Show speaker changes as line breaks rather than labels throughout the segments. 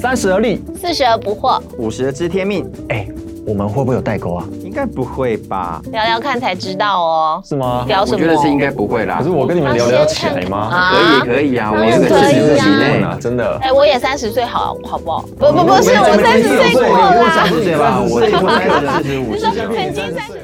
三十而立，
四十而不惑，
五十知天命，
哎，我们会不会有代沟啊？
应该不会吧？
聊聊看才知道哦。
是吗？
聊什
我
么？
觉得是应该不会啦
可是。我跟你们聊聊起来吗？
啊
可以可以啊，我
当
有
然
个
可
四
以
十
啊
自己
对
内
啊，真的。
哎、我也三十岁，好好不好？不不不是，
你
我
们
三
你
十
们
岁过
你
了
们
啦
三。十
对
岁
吧？我
三十岁
我猜的四十五
你
十
说
这样
曾经三十。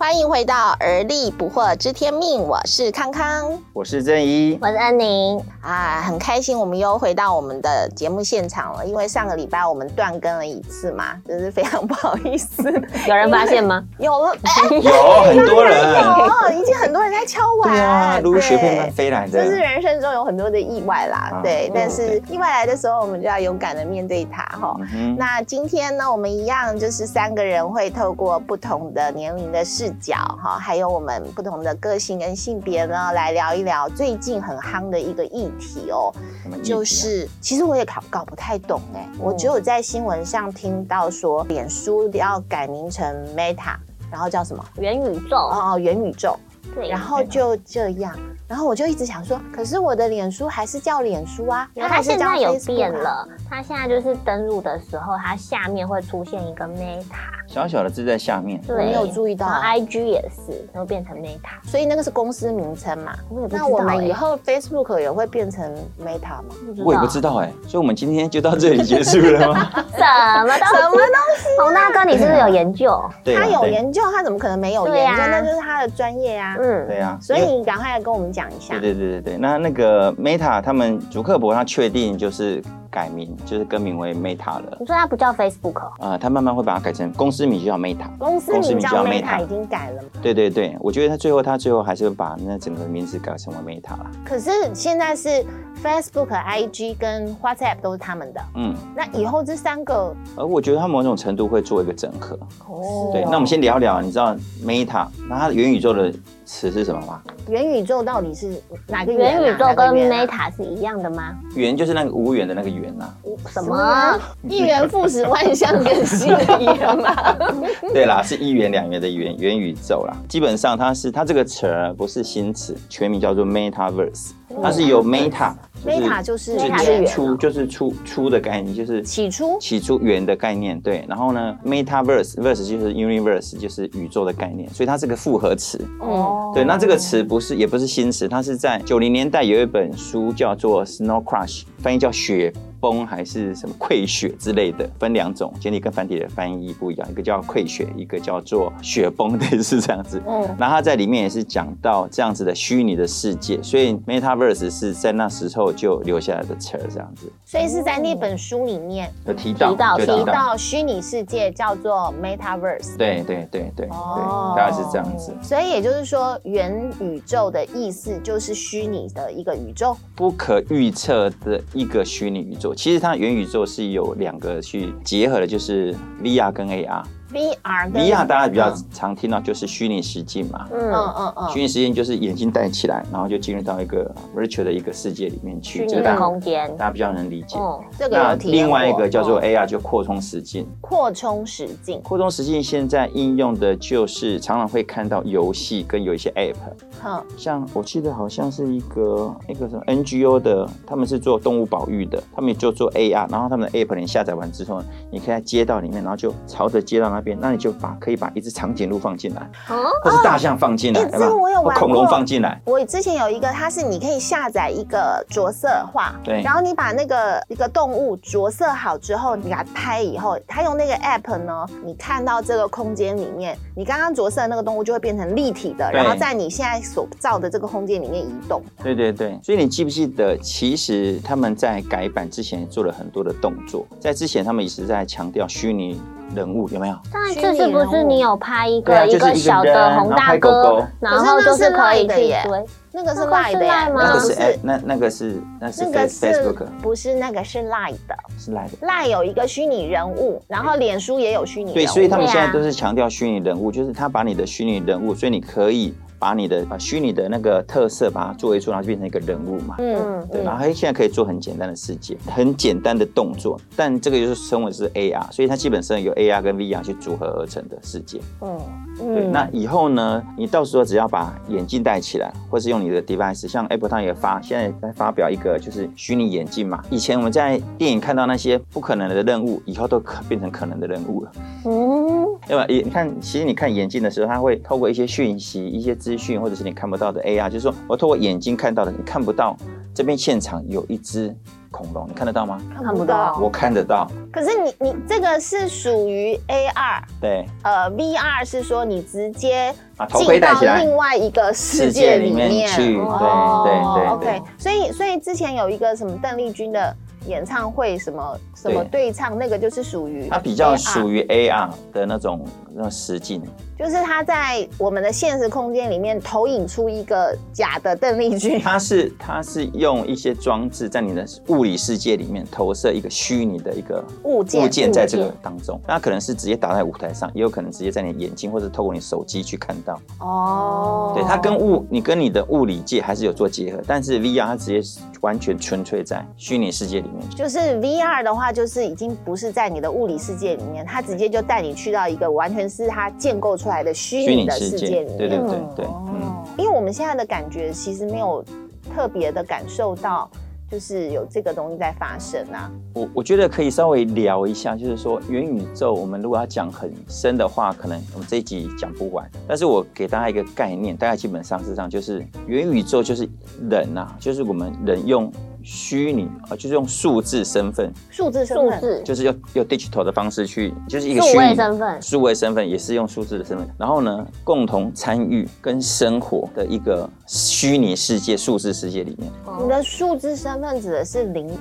欢迎回到《而立不惑知天命》，我是康康，
我是正一，
我是安宁啊，很开心我们又回到我们的节目现场了，因为上个礼拜我们断更了一次嘛，真是非常不好意思。
有人发现吗？
有了，哎，
有哦很多人，
有，已经很多人在敲碗，
对啊，如雪片般
对
飞来
这是
的。
人生中有很多的意外啦，
啊
对，
嗯
但是意外来的时候，我们就要勇敢的面对它哈。
嗯哼，
那今天呢，我们一样就是三个人会透过不同的年龄的视角，哈，还有我们不同的个性跟性别呢，来聊一聊最近很夯的一个议题哦，
什么意思啊
就是其实我也搞搞不太懂哎、我只有在新闻上听到说，脸书要改名成 Meta，然后叫什么？
哎
元宇宙，
哦，元宇宙。
对
然后就这样，然后我就一直想说，可是我的脸书还是叫脸书啊，
然后它
还是
现
叫
在有
Facebook 啊
变。了，它现在就是登录的时候，它下面会出现一个 Meta，
啊小小的字在下面，
对，
没有注意到啊
然后 IG 也是，然后变成 Meta，
所以那个是公司名称嘛。
我也不知道、欸
那我们以后 Facebook 也会变成 Meta 吗？
哎
我也不知道哎，所以我们今天就到这里结束了吗？
什么东西，什么东西、洪大哥，你是不是有研究？
对啊，
他有
对
研究，他怎么可能没有
对
研究？
啊
那就是他的专业啊。
嗯，
对啊，
所以
因为
你赶快来跟我们讲一下
对。对对对对，那那个 Meta 他们主克伯他确定就是改名，就是更名为 Meta 了。
你说它不叫 Facebook，哦
啊、他慢慢会把它改成公司名就叫 Meta。
公司
公司
名
名
叫
叫
Meta
Meta
已经改了嘛？
对对对，我觉得他最后他最后还是会把那整个名字改成为 Meta 啦。
可是现在是 Facebook、IG 跟 WhatsApp 都是他们的。
嗯，
那以后这三个
而我觉得他某种程度会做一个整合。
哦
对，那我们先聊聊，你知道 Meta 那它元宇宙的词是什么吗？
元宇宙到底是哪个元啊、
元宇宙
哪
跟
个元啊
Meta 是一样的吗？
元就是那个无元的那个元呐、啊。
什么？
一元复始，万象更新的一元嘛。嗯
对啦，是一元两元的元元宇宙啦。基本上它是它这个词儿不是新词，全名叫做 Metaverse，它是由 Meta 就是
嗯 Meta 就是
就
Meta
起
是元
是
哦
出就是出出的概念，就是
起初
起出元的概念，对。然后呢，metaverse verse 就是 universe，就是宇宙的概念，所以它是个复合词。
哦，
对，那这个词不是也不是新词，它是在九零年代有一本书叫做《Snow Crash》，翻译叫雪崩还是什么溃雪之类的，分两种，简体跟繁体的翻译不一样，一个叫溃雪，一个叫做雪崩，类似这样子。
嗯
然后他在里面也是讲到这样子的虚拟的世界，所以 metaverse 是在那时候就留下来的词儿，这样子
所以是在那本书里面
有提到，
提到
就
提到虚拟世界叫做 Metaverse。
对对对对对，
哦
大概是这样子。
所以也就是说，元宇宙的意思就是虚拟的一个宇宙。
不可预测的一个虚拟宇宙，其实它元宇宙是有两个去结合的，就是 VR 跟 AR。
VR 跟
VR 大家比较
嗯
常听到就是虚拟实境嘛，
嗯，
嗯嗯
虚拟实境就是眼睛戴起来，然后就进入到一个 virtual 的一个世界里面去，
虚
这
拟
个
的
大
空
家
间，
大家比较能理解。
嗯，
哦这个
那
有体验
另外一
过
个叫做
嗯
AR，就扩充实境。
扩充实境，
扩充实境现在应用的就是常常会看到游戏跟有一些 App，
哼，
像我记得好像是一个一个什么 NGO 的，他们是做动物保育的，他们就做 AR，然后他们的 App 你下载完之后，你可以在街道里面，然后就朝着街道那边，那你就把可以把一只长颈鹿放进来，
哦
或是大象放进来，
哎
不
这个我有玩过
或恐龙放进来，
我之前有一个，它是你可以下载一个着色画，
对
然后你把那个一个动物着色好之后，你给它拍以后，它用那个 app 呢，你看到这个空间里面，你刚刚着色的那个动物就会变成立体的，
对
然后在你现在所造的这个空间里面移动。
对对对。所以你记不记得，其实他们在改版之前做了很多的动作，在之前他们一直在强调虚拟人物，有没有？
但
虚
这
拟
是不
人
是
物
你有拍一
对
个
啊
一
就是
个
一个
小
人
的
然后
洪大
拍狗
哥
狗，
然
可是
后
那
就是是可以
Line 的
去
耶
追？
那个是
那个
lie
是
的耶，
Line 吗
那
啊
个
不
是
是
App，那那个是那是
那个
Face-
是
Facebook
不是那个是 lie 的
是来的。
lie 有一个虚拟人物，然后脸书也有虚拟人物，
对，所以他们
对啊
现在都是强调虚拟人物，就是他把你的虚拟人物，所以你可以把你的呃虚拟的那个特色把它做一做，然后就变成一个人物嘛。
嗯
对，然后它现在可以做很简单的世界，很简单的动作，但这个就是称为是 AR，所以它基本上有 AR 跟 VR 去组合而成的世界。
嗯
对，
嗯，
那以后呢，你到时候只要把眼镜戴起来，或是用你的 device，像 Apple 它也发，现在在发表一个就是虚拟眼镜嘛。以前我们在电影看到那些不可能的任务，以后都可变成可能的任务了。
嗯，
对吧？也你看，其实你看眼镜的时候，它会透过一些讯息、一些资讯，或者是你看不到的 AR，就是说我透过眼睛看到的，你看不到这边现场有一只恐龙，你看得到吗？
看不
哦
到。
我看得到，
可是你你这个是属于 AR，
对，
呃，VR 是说你直接
把头盔
进
戴
到
起来，
另外一个世
世
界
界
里
里
面
面去，对
哦
对对
OK，
对。
所以所以之前有一个什么邓丽君的演唱会，什么什么对唱，那个就是属于
它比较
AR
属于 AR 的那种那种实境，
就是它在我们的现实空间里面投影出一个假的邓丽君。
它是它是用一些装置在你的物理世界里面投射一个虚拟的一个
物件
物件在这
物
个
件
当中，那可能是直接打在舞台上，也有可能直接在你眼睛或者透过你手机去看到。
哦
对，它跟物你跟你的物理界还是有做结合，但是 VR 它直接完全纯粹在虚拟世界里面。
就是 VR 的话，就是已经不是在你的物理世界里面，它直接就带你去到一个完全是它建构出来的虚
虚
拟
拟
的
世
世
界
界里面。
对对对
嗯
对嗯
因为我们现在的感觉其实没有特别的感受到，就是有这个东西在发生啊。
我我觉得可以稍微聊一下，就是说元宇宙，我们如果要讲很深的话，可能我们这一集讲不完。但是我给大家一个概念，大概基本上是这样，就是元宇宙就是人啊，就是我们人用虚拟啊，呃就是用数字身份，
数字身
数
份，
字
就是用用 digital 的方式去，就是一个虚
数位
拟
身份，
数位身份也是用数字的身份，然后呢，共同参与跟生活的一个虚拟世界、数字世界里面，
你的数字身份指的是零一，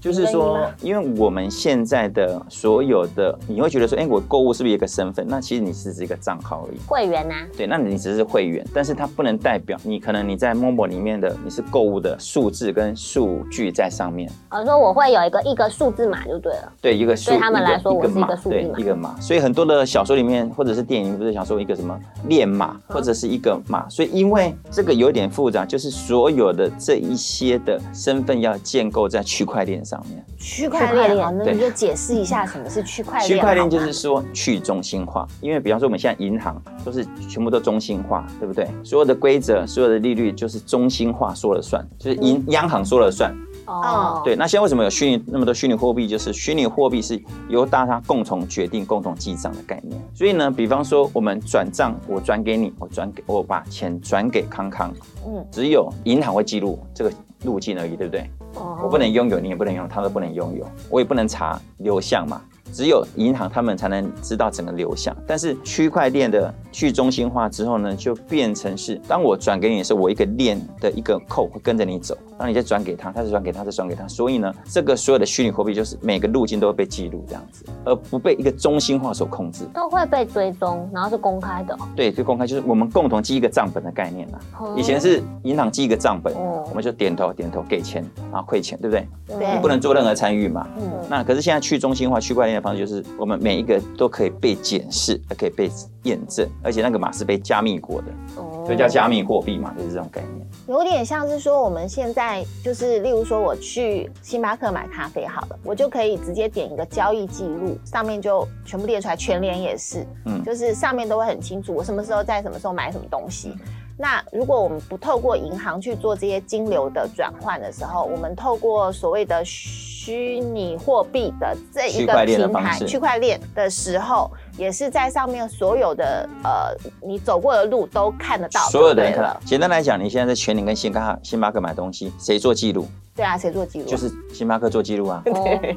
就是
你
说
跟，
因为我们现在的所有的，你会觉得说，哎、我购物是不是一个身份？那其实你只是一个账号而已。
会员啊呐，
对，那你只是会员，但是它不能代表你可能你在 Momo 里面的你是购物的数字跟数据在上面。
我哦说我会有一个一个数字码就对了，
对一个数，
对他们来说
一个
我是一个
码
数字
对
嘛
一个码，所以很多的小说里面或者是电影不是想说一个什么练
嗯
码或者是一个码，所以因为这个有点复杂，就是所有的这一些的身份要建构在区块链上面。
区
块
块
链
链好，那
对
你就解释一下什么是区块链。
区块链就
好
是
吗
说去中心化，因为比方说我们现在银行都是全部都中心化，对不对？所有的规则、所有的利率就是中心化说了算，就是
嗯
银央行说了算。
哦，
对，那现在为什么有虚拟那么多虚拟货币？就是虚拟货币是由大家共同决定、共同记账的概念。所以呢，比方说我们转账，我转给你，我转给我把钱转给康康，
嗯
只有银行会记录这个路径而已，对不对？
哦
我不能拥有，你也不能拥有，他都不能拥有，我也不能查流向嘛。只有银行他们才能知道整个流向，但是区块链的去中心化之后呢，就变成是当我转给你的时候，我一个链的一个扣会跟着你走，当你再转给他，他再转给他，再转给他，所以呢，这个所有的虚拟货币就是每个路径都会被记录这样子，而不被一个中心化所控制。
都会被追踪，然后是公开的哦，
对，就公开就是我们共同记一个账本的概念啦。以前是银行记一个账本，
哦嗯
我们就点头点头给钱，然后汇钱，对不对？
对
不能做任何参与嘛。
嗯，
那可是现在去中心化、区块链的方式，就是我们每一个都可以被检视，也可以被验证，而且那个码是被加密过的，
哦
所以叫加密货币嘛，就是这种概念。
有点像是说我们现在就是，例如说我去星巴克买咖啡好了，我就可以直接点一个交易记录，上面就全部列出来，全联也是，
嗯
就是上面都会很清楚我什么时候在什么时候买什么东西。
嗯
那如果我们不透过银行去做这些金流的转换的时候，我们透过所谓的虚拟货币的这一
区
个
块链的
平
方
台
式
区块链的时候，也是在上面所有的呃你走过的路都看得到，
所有的
对
人
不
看
对
到
了，。
简单来讲，你现在在全联跟星巴星巴克买东西，谁做记录？
对啊，谁做记录？
就是星巴克做记录啊，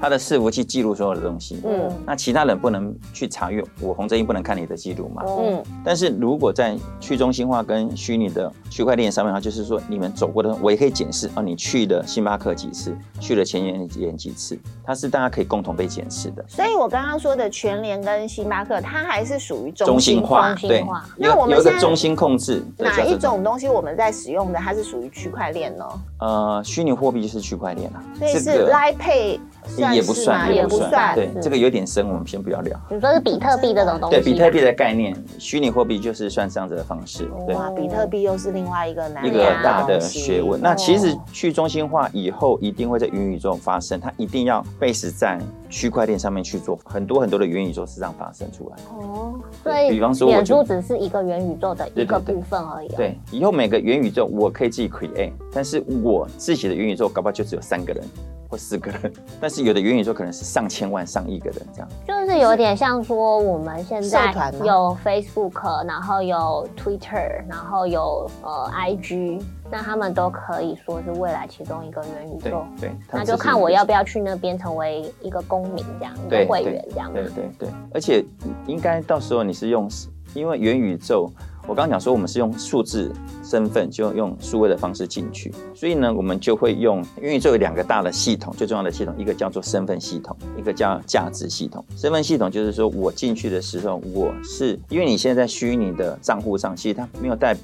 他的伺服器记录所有的东西。
嗯
那其他人不能去查阅，我洪正英不能看你的记录嘛？
哦
嗯，
但是如果在去中心化跟虚拟的区块链上面的话，就是说你们走过的，我也可以检视哦，你去了星巴克几次，去了前沿演几次，它是大家可以共同被检视的。
所以我刚刚说的全联跟星巴克，它还是属于中
中
心
心
化。
化，
中心
对
化，
那我
有
们
有一个
现在
中心控制的
哪
叫
一
做
种东西我们在使用的，它是属于区块链呢？
呃虚拟货币就就是区块链了、
所以
这
是
个
Line Pay 算
也不
是吗？
算，
也
也
不
不
算。
算。
对，
是
这个有点深，我们先不要聊。
比如说是比特币这种东西
对，
吧，
比特币的概念，虚拟货币就是算这样子的方式。对。
哇，比特币又是另外一个难
一个
聊
大的
东西
学问。那啊其实
哦
去中心化以后，一定会在元宇宙发生，它一定要 base 在区块链上面去做，很多很多的元宇宙是这样发生出来。
哦，
所以
比方说我
脸
就
书只是一个元宇宙的一
对
个
对对
部分而已、哦。
对，以后每个元宇宙我可以自己 create，但是我自己的元宇宙搞不好就只有三个人或四个人，但是有的元宇宙可能是上千万、上亿个人这样。
就是有点像说我们现在
社团吗
有 Facebook，然后有 Twitter，然后有呃 IG，那他们都可以说是未来其中一个元宇
对
宙。
对，它
哦那
只
就是看我要不要去那边成为一个公民这样，一个
对
会员这样。
对对对，而且应该到时候你是用，因为元宇宙，我刚刚讲说我们是用数字身份，就用数位的方式进去，所以呢，我们就会用元宇宙有两个大的系统，最重要的系统，一个叫做身份系统，一个叫价值系统。身份系统就是说我进去的时候，我是因为你现在在虚拟的账户上，其实它没有代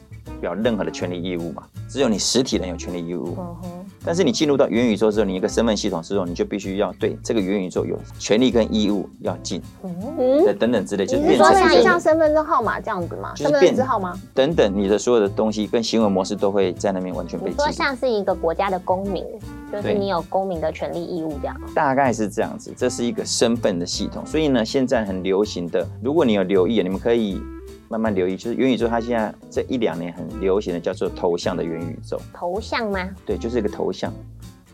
表任何的权利义务嘛，只有你实体人有权利义务。
嗯哼，
但是你进入到元宇宙之后，你一个身份系统之后，你就必须要对这个元宇宙有权利跟义务要尽，
嗯，
等等等之类，就
你是
变
说
成
这
像
是
像身份证号码这样子吗？
就是
身份
变
证号码？
等等你的所有的东西跟行为模式都会在那边完全被
你
记
说
录，
像是一个国家的公民，就是
对
你有公民的权利义务这样。
大概是这样子。这是一个身份的系统，所以呢，现在很流行的，如果你有留意，你们可以。慢慢留意，就是元宇宙，它现在这一两年很流行的叫做头像的元宇宙，
头像
嗯
吗？
对，就是一个头像。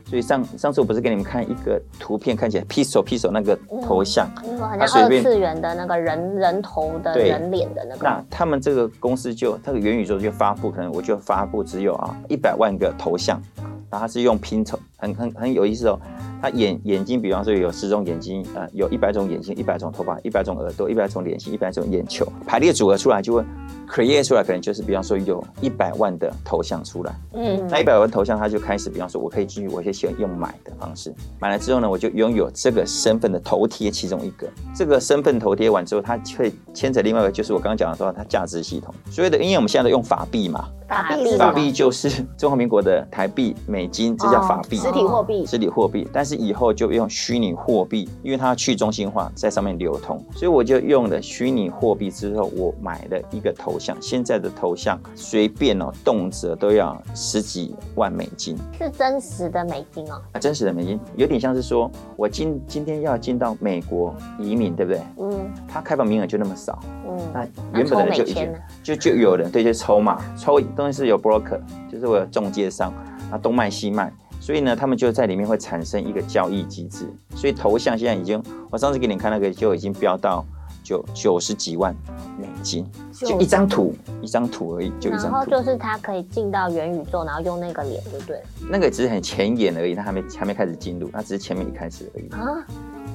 所以上上次我不是给你们看一个图片，看起来 pixel pixel 那个头像，
你说很
它
像
随
二
便
次元的那个人人头的
对
人脸的那个，
那他们这个公司就它的元宇宙就发布，可能我就发布只有啊一百万个头像，然后它是用拼凑，很很很有意思哦。它眼眼睛，比方说有十种眼睛，呃，有一百种眼睛，一百种头发，一百种耳朵，一百种脸型，一百种眼球，排列组合出来就会 create 出来，可能就是比方说有一百万的头像出来。
嗯，
那一百万头像，它就开始，比方说，我可以进去，我先喜欢用买的方式，买了之后呢，我就拥有这个身份的头贴其中一个。这个身份头贴完之后，它会牵扯另外一个，就是我刚刚讲的说，它价值系统。所谓的，因为我们现在都用法币嘛，
法
法
币是
法
什
币
么？
就是中华民国的台币、美金，这叫法币。
哦实体货币。
实体货币，但是以后就用虚拟货币，因为它去中心化，在上面流通，所以我就用了虚拟货币之后，我买了一个头像，现在的头像随便哦，动辄都要十几万美金
是真实的美金哦。
啊，真实的美金，有点像是说我今今天要进到美国移民，对不对？
嗯
它开放名额就那么少，
嗯，
那原本的人就已
那抽美
经
签呢
就就有人对就抽嘛，抽东西是有 broker，就是我有中介商，啊东卖西卖，所以呢，他们就在里面会产生一个交易机制。所以头像现在已经，我上次给你看那个就已经飙到九九十几万美金，就一张图，一张图而已，就一
然
张
后
图，
就是它可以进到元宇宙，然后用那个脸，对不对？
那个只是很前沿而已，它还没还没开始进入，它只是前面一开始而已。
啊，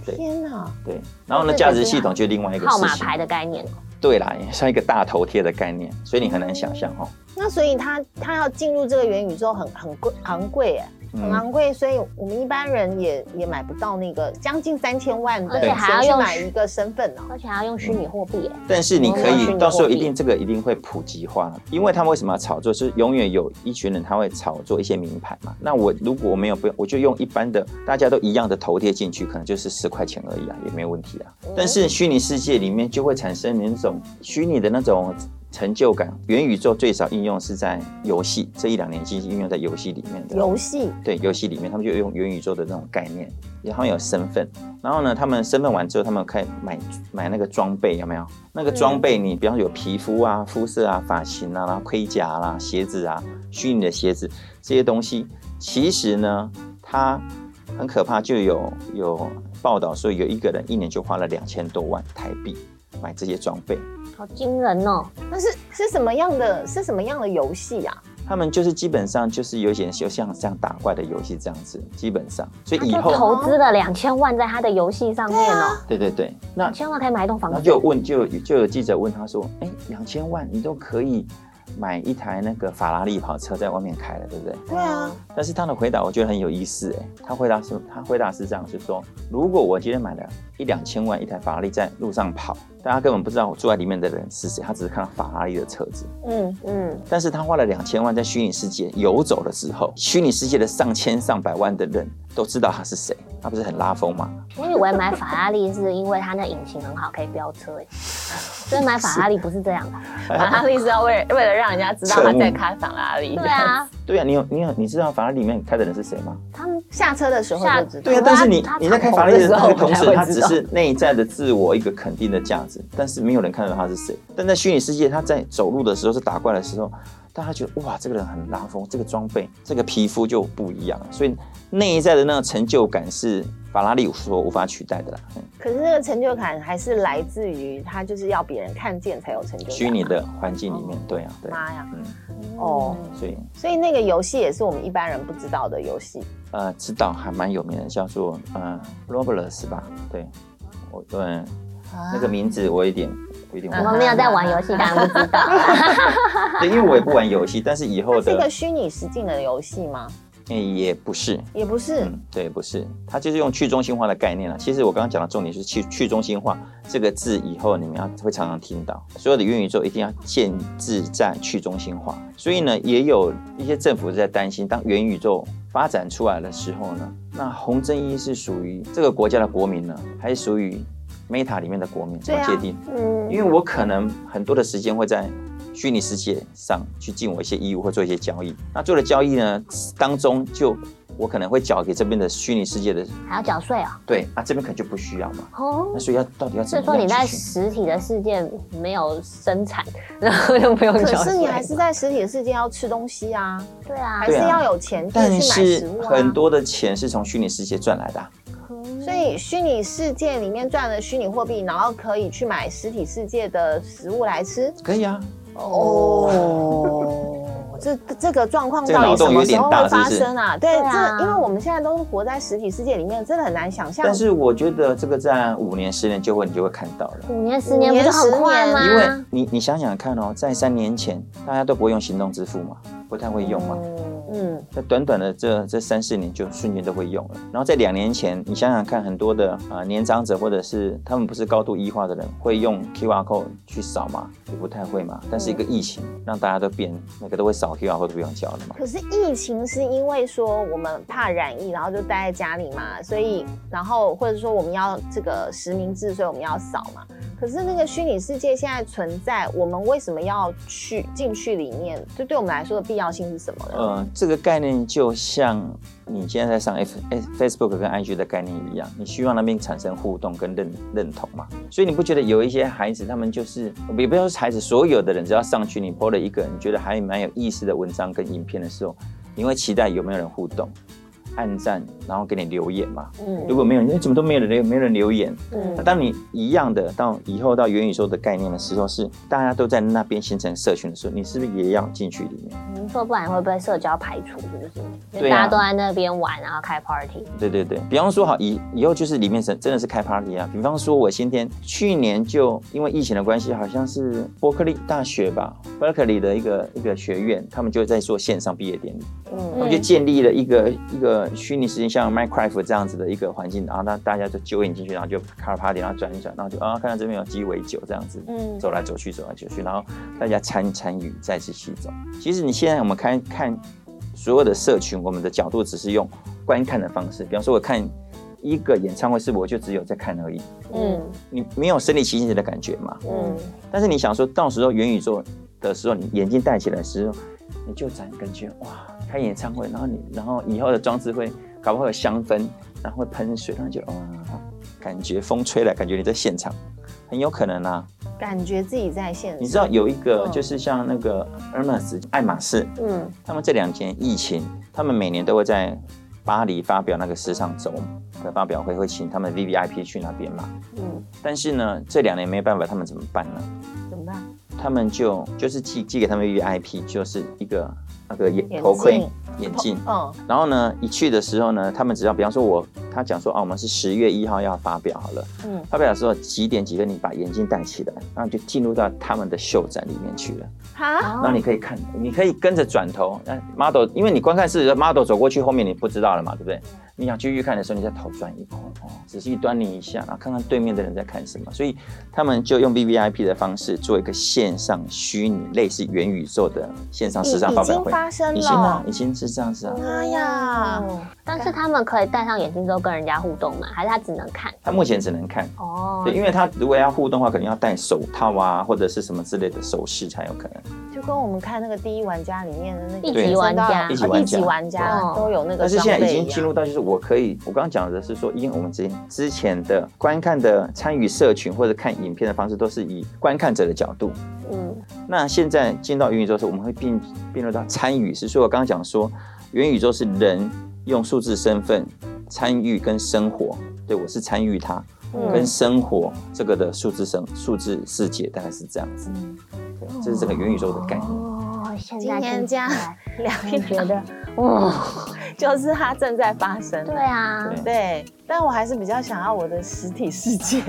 天哪！
对，然后呢，
这个
价值
是
系统就另外一个
号
事
码
情
牌，的概念哦，
对啦，也像一个大头贴的概念，所以你很难想象哦。
那所以他他要进入这个元宇宙很很贵昂贵哎，很
嗯，
昂贵，所以我们一般人也也买不到那个将近三千万
而
的
且
钱
还要
去
用
买一个身份哦。
而且还要用虚
嗯
拟货币耶。
但是你可
我们要
以到时候
虚拟货币
一定这个一定会普及化，因为他们为什么要炒作？是永远有一群人他会炒作一些名牌嘛。那我如果我没有不，我就用一般的大家都一样的头贴进去，可能就是十块钱而已啊，也没有问题啊。但是虚拟世界里面就会产生那种虚拟的那种。成就感，元宇宙最少应用是在游戏，这一两年其实应用在游戏里面的。
游戏
对游戏里面，他们就用元宇宙的那种概念，然后有身份，然后呢，他们身份完之后，他们可以买买那个装备，有没有？那个装备你，比方说有皮肤啊、肤色啊、发型啊、然后盔甲啦、鞋子啊、虚拟的鞋子这些东西，其实呢，它很可怕，就有有报道说有一个人一年就花了两千多万台币买这些装备。
好惊人哦！
那是是什么样的？是什么样的游戏啊？
他们就是基本上就是有点就像像打怪的游戏这样子，基本上，所以以
就
后
投资了两千万在他的游戏上面哦，
对对对，那
两千万可以买一栋
然
房
后
子
就有。问，就有就有记者问他说：“哎，两千万你都可以买一台那个法拉利跑车在外面开了，对不对？
对啊，
但是他的回答我觉得很有意思，哎，他回答是，他回答是这样，是说，如果我今天买了一两千万一台法拉利在路上跑，大家根本不知道我坐在里面的人是谁，他只是看到法拉利的车子，
嗯
嗯，
但是他花了两千万在虚拟世界游走的时候，虚拟世界的上千上百万的人都知道他是谁，他不是很拉风吗？
我以为买法拉利是因为它那引擎很好，可以飙车欸，所以买法拉利不是这样的。
法
啊
拉利是要为为了让人家知道他在开法拉利。
对啊，
对啊，你有你有你知道法拉利里面开的人是谁吗？
他们
下车的时候
下
就知道。
对啊，但是你
他他
你在开法拉利的那个同时，
敞口的时候我
他
才会
只
知道
是内在的自我一个肯定的价值，但是没有人看得到他是谁。但在虚拟世界，他在走路的时候是打怪的时候，大家觉得哇，这个人很拉风，这个装备、这个皮肤就不一样了。所以内在的那个成就感是法拉利所无法取代的啦。嗯
可是那个成就感还是来自于他就是要别人看见才有成就感。
虚拟的环境里面，对啊，对，
妈呀，
嗯，
哦，
所以
所以那个游戏也是我们一般人不知道的游戏。
呃，知道还蛮有名的，叫做呃 Roblox 吧？对，我对那个名字我有点有点忘
我
了
们没有在玩游戏，当然不知道。
对，因为我也不玩游戏，但是以后
它是一
的
个虚拟实境的游戏吗？
诶也不是，
也不是，
嗯，对，不是，它就是用去中心化的概念了。其实我刚刚讲的重点是去去中心化这个字，以后你们要会常常听到，所有的元宇宙一定要建制在去中心化。所以呢，也有一些政府在担心，当元宇宙发展出来的时候呢，那洪正一是属于这个国家的国民呢，还是属于 Meta 里面的国民？怎么
对啊
界定？
嗯
因为我可能很多的时间会在虚拟世界上去尽我一些义务或做一些交易。那做了交易呢，当中就我可能会缴给这边的虚拟世界的，
还要缴税哦。
对，那、这边可能就不需要嘛。
哦
那，所以要到底要
是
怎么
说你
样
在
去选？
实体的世界没有生产，然后就不用
可
缴税。
是你还是在实体的世界要吃东西啊，
对啊
还，是要有钱去买
但
食
是
物啊。
很多的钱是从虚拟世界赚来的啊、
所以虚拟世界里面赚了虚拟货币，然后可以去买实体世界的食物来吃。
可以啊，
哦，这这个状况
这个
到底
脑洞
什么
有
时
点
候
大
会发
是不是
生啊？对，
对啊
这因为我们现在都是活在实体世界里面，真的很难想象
但。是我觉得这个在五年、十年就会你就会看到了。
五年十年不是很快吗？
啊
因为你你想想看哦，在三年前大家都不会用行动支付嘛，不太会用嘛。
嗯，
在短短的这这三四年就瞬间都会用了。然后在两年前，你想想看，很多的啊、呃年长者或者是他们不是高度医化的人，会用 QR code 去扫吗？也不太会嘛。但是一个疫情让大家都变那个都会扫 QR code 都不用交了嘛。
可是疫情是因为说我们怕染疫，然后就待在家里嘛，所以然后或者说我们要这个实名制，所以我们要扫嘛。可是那个虚拟世界现在存在，我们为什么要去进去里面？这对我们来说的必要性是什么呢？
呃，这个概念就像你现在在上 F F- Facebook 跟 IG 的概念一样，你希望那边产生互动跟认认同嘛。所以你不觉得有一些孩子，他们就是也不要说孩子，所有的人只要上去你 PO 了一个你觉得还蛮有意思的文章跟影片的时候，你会期待有没有人互动、按赞，然后给你留言嘛？
嗯
如果没有人，哎怎么都没有人留，没有人留言，
嗯
那当你一样的到以后到元宇宙的概念的时候，是大家都在那边形成社群的时候，你是不是也要进去里面？
你嗯说不然会被社交排除，是不是？因为
对啊
大家都在那边玩，然后开 party。
对对对，比方说好以以后就是里面真真的是开 party 啊，比方说我先天去年就因为疫情的关系，好像是伯克利大学吧，Berkeley 的一个一个学院，他们就在做线上毕业典礼，
嗯
他们就建立了一个一个虚拟实境像 Minecraft 这样子的一个环境，然后那大家就揪引进去，然后就开 party，然后转一转，然后就啊看到这边有鸡尾酒这样子，
嗯
走来走去，走来走去，然后大家参参与在一起走。其实你现在我们看看所有的社群，我们的角度只是用观看的方式，比方说我看一个演唱会，是不是我就只有在看而已？
嗯
你没有身临其境的感觉嘛？
嗯，
但是你想说到时候元宇宙的时候，你眼睛戴起来的时候，你就感感觉哇，开演唱会，然后你然后以后的装置会搞不好有香氛，然后会喷水，然后就哇，感觉风吹来，感觉你在现场，很有可能啊。
感觉自己在现实。
你知道有一个
嗯
就是像那个 Hermes 爱马仕，
嗯
他们这两年疫情，他们每年都会在巴黎发表那个时尚周的发表会，会请他们 V V I P 去那边嘛。
嗯，
但是呢，这两年没办法，他们怎么办呢？
怎么办？
他们就就是寄寄给他们 VIP，就是一个那个眼
眼
头盔
镜、
眼镜。
嗯，
然后呢，一去的时候呢，他们只要比方说我，他讲说啊，我们是十月一号要发表好了，
嗯
发表的时候几点几分你把眼镜戴起来，然后就进入到他们的秀展里面去了。
哈，
那你可以看，你可以跟着转头，那 model，因为你观看是 model 走过去，后面你不知道了嘛，对不对？
嗯
你想去预看的时候，你再头转一空，哦，仔细端倪一下，然后看看对面的人在看什么。所以他们就用 V V I P 的方式做一个线上虚拟，类似元宇宙的线上啊时尚
已
发
已
表
经
会。
发生
已经啊
了，，
已经是这样子啊。
妈呀！
哦但是他们可以戴上眼镜之后跟人家互动嘛？还是他只能看？
他目前只能看，
哦，
对，因为他如果要互动的话，可能要戴手套啊，或者是什么之类的手饰才有可能。
就跟我们看那个第一玩家里面的那个
一级玩家
哦
一级玩家
一级玩家
嗯
都有那个
但是
装
现在
备
已
一
经进
样。
入到就是我可以，我刚刚讲的是说，因为我们之前之前的观看的参与社群或者看影片的方式都是以观看者的角度，
嗯，
那现在进到元宇宙的时候，我们会并并入到参与式，所以我刚刚讲说，元宇宙是人用数字身份参与跟生活，对我是参与它。
嗯
跟生活这个的数字生数字世界大概是这样子，
嗯
对，这是整个元宇宙的概念。
哦，现
今
在
天这样聊一
就
聊
觉得，哦，
就是它正在发生。
对啊，
对
对，但我还是比较想要我的实体世 界。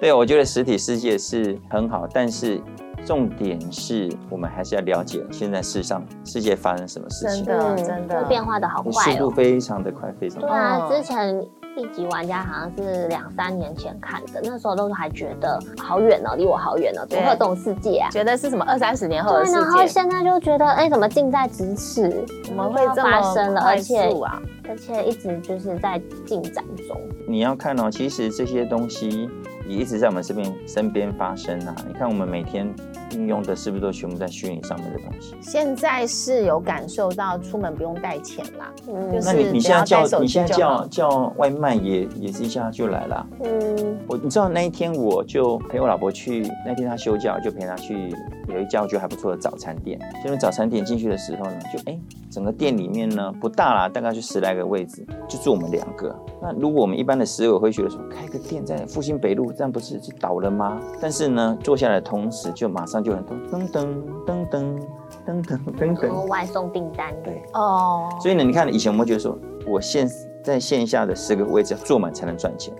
对，我觉得实体世界是很好，但是重点是我们还是要了解现在世上世界发生什么事
真
情。
的
嗯
真的
变化的好快
速度
哦。
非常的快，非常地
对
快。
啊，
嗯
之前一级玩家好像是两三年前看的，那时候都还觉得好远哦，离我好远哦，怎么会有这种世界啊？
觉得是什么二三十年后的
对，
世
哦然后
界，
现在就觉得，哎，怎么近在咫尺？
怎么会这么
发生了，
快
而且
速啊？
而且一直就是在进展中。
你要看哦，其实这些东西也一直在我们身边身边发生啊。你看我们每天运用的是不是都全部在虚拟上面的东西？
现在是有感受到出门不用带钱啦，
嗯，
就是
那你你
只
现
要
在
带
叫
手
你
机
现在
就
叫
好
叫外卖也也是一下就来了。啊
嗯，
我你知道那一天我就陪我老婆去，那天她休假，我就陪她去有一家我觉得还不错的早餐店。结果早餐店进去的时候呢，就哎，整个店里面呢不大啦，大概就十来个位置，就坐我们两个。那如果我们一般的食委会觉得说开个店在复兴北路，这样不是就倒了吗？但是呢，坐下来的同时就马上就有人噔噔噔噔噔噔噔
然后
噔，
外送订单，
对。
哦，
所以呢，你看以前我们会觉得说我线在线下的十个位置要坐满才能赚钱，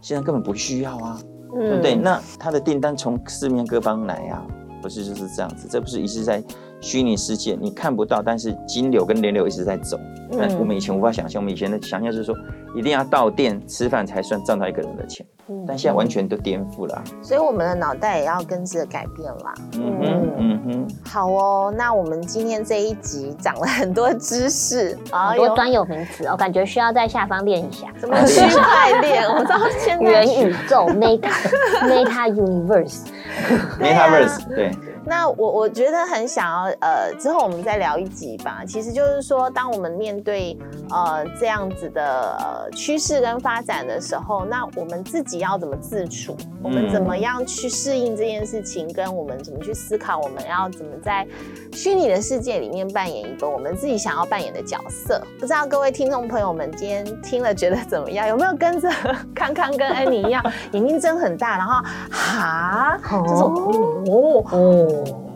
现在根本不需要啊。对不对？那他的订单从四面各方来啊，不是就是这样子？这不是一直在虚拟世界，你看不到，但是金流跟人流一直在走。那、我
嗯
们以前无法想象，我们以前的想象就是说，一定要到店吃饭才算赚到一个人的钱，
嗯
但现在完全都颠覆了啊、
所以我们的脑袋也要跟着改变啦。
嗯哼，嗯哼，
好哦，那我们今天这一集讲了很多知识，
好
哎
多
呦，
专有名词哦，感觉需要在下方练一下。
什么区块链，我到现
元
在。
宇宙 Meta Meta Universe，
，MetaVerse，对啊
那我我觉得很想要，呃，之后我们再聊一集吧。其实就是说，当我们面对呃这样子的、呃、趋势跟发展的时候，那我们自己要怎么自处？我们怎么样去适应这件事情？跟我们怎么去思考？我们要怎么在虚拟的世界里面扮演一个我们自己想要扮演的角色？不知道各位听众朋友们今天听了觉得怎么样？有没有跟着 康康跟安妮一样， 眼睛睁很大，然后哈这种哦哦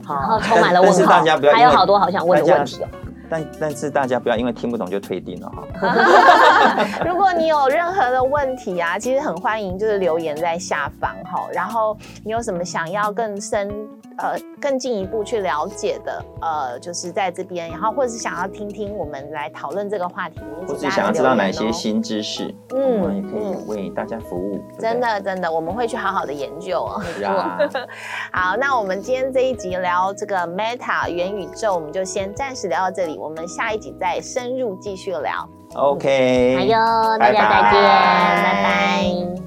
然
好
后。充满了
但但是
问号
大家不要，因
还
为
有好多好想问的问题哦。
但但是大家不要因为听不懂就退订了哈。
如果你有任何的问题啊，其实很欢迎就是留言在下方哈。然后你有什么想要更深呃更进一步去了解的呃，就是在这边，然后或者是想要听听我们来讨论这个话题，
或
请
者
大家
想要知道
留
哪
言哦
些新知识，
嗯
我们也可以为大家服务。对不对
真，的真的，我们会去好好的研究哦。
是啊，
好，那我们今天这一集聊这个 Meta 元宇宙，我们就先暂时聊到这里，我们下一集再深入继续聊。
OK，
还有，大家再见，
拜拜
拜拜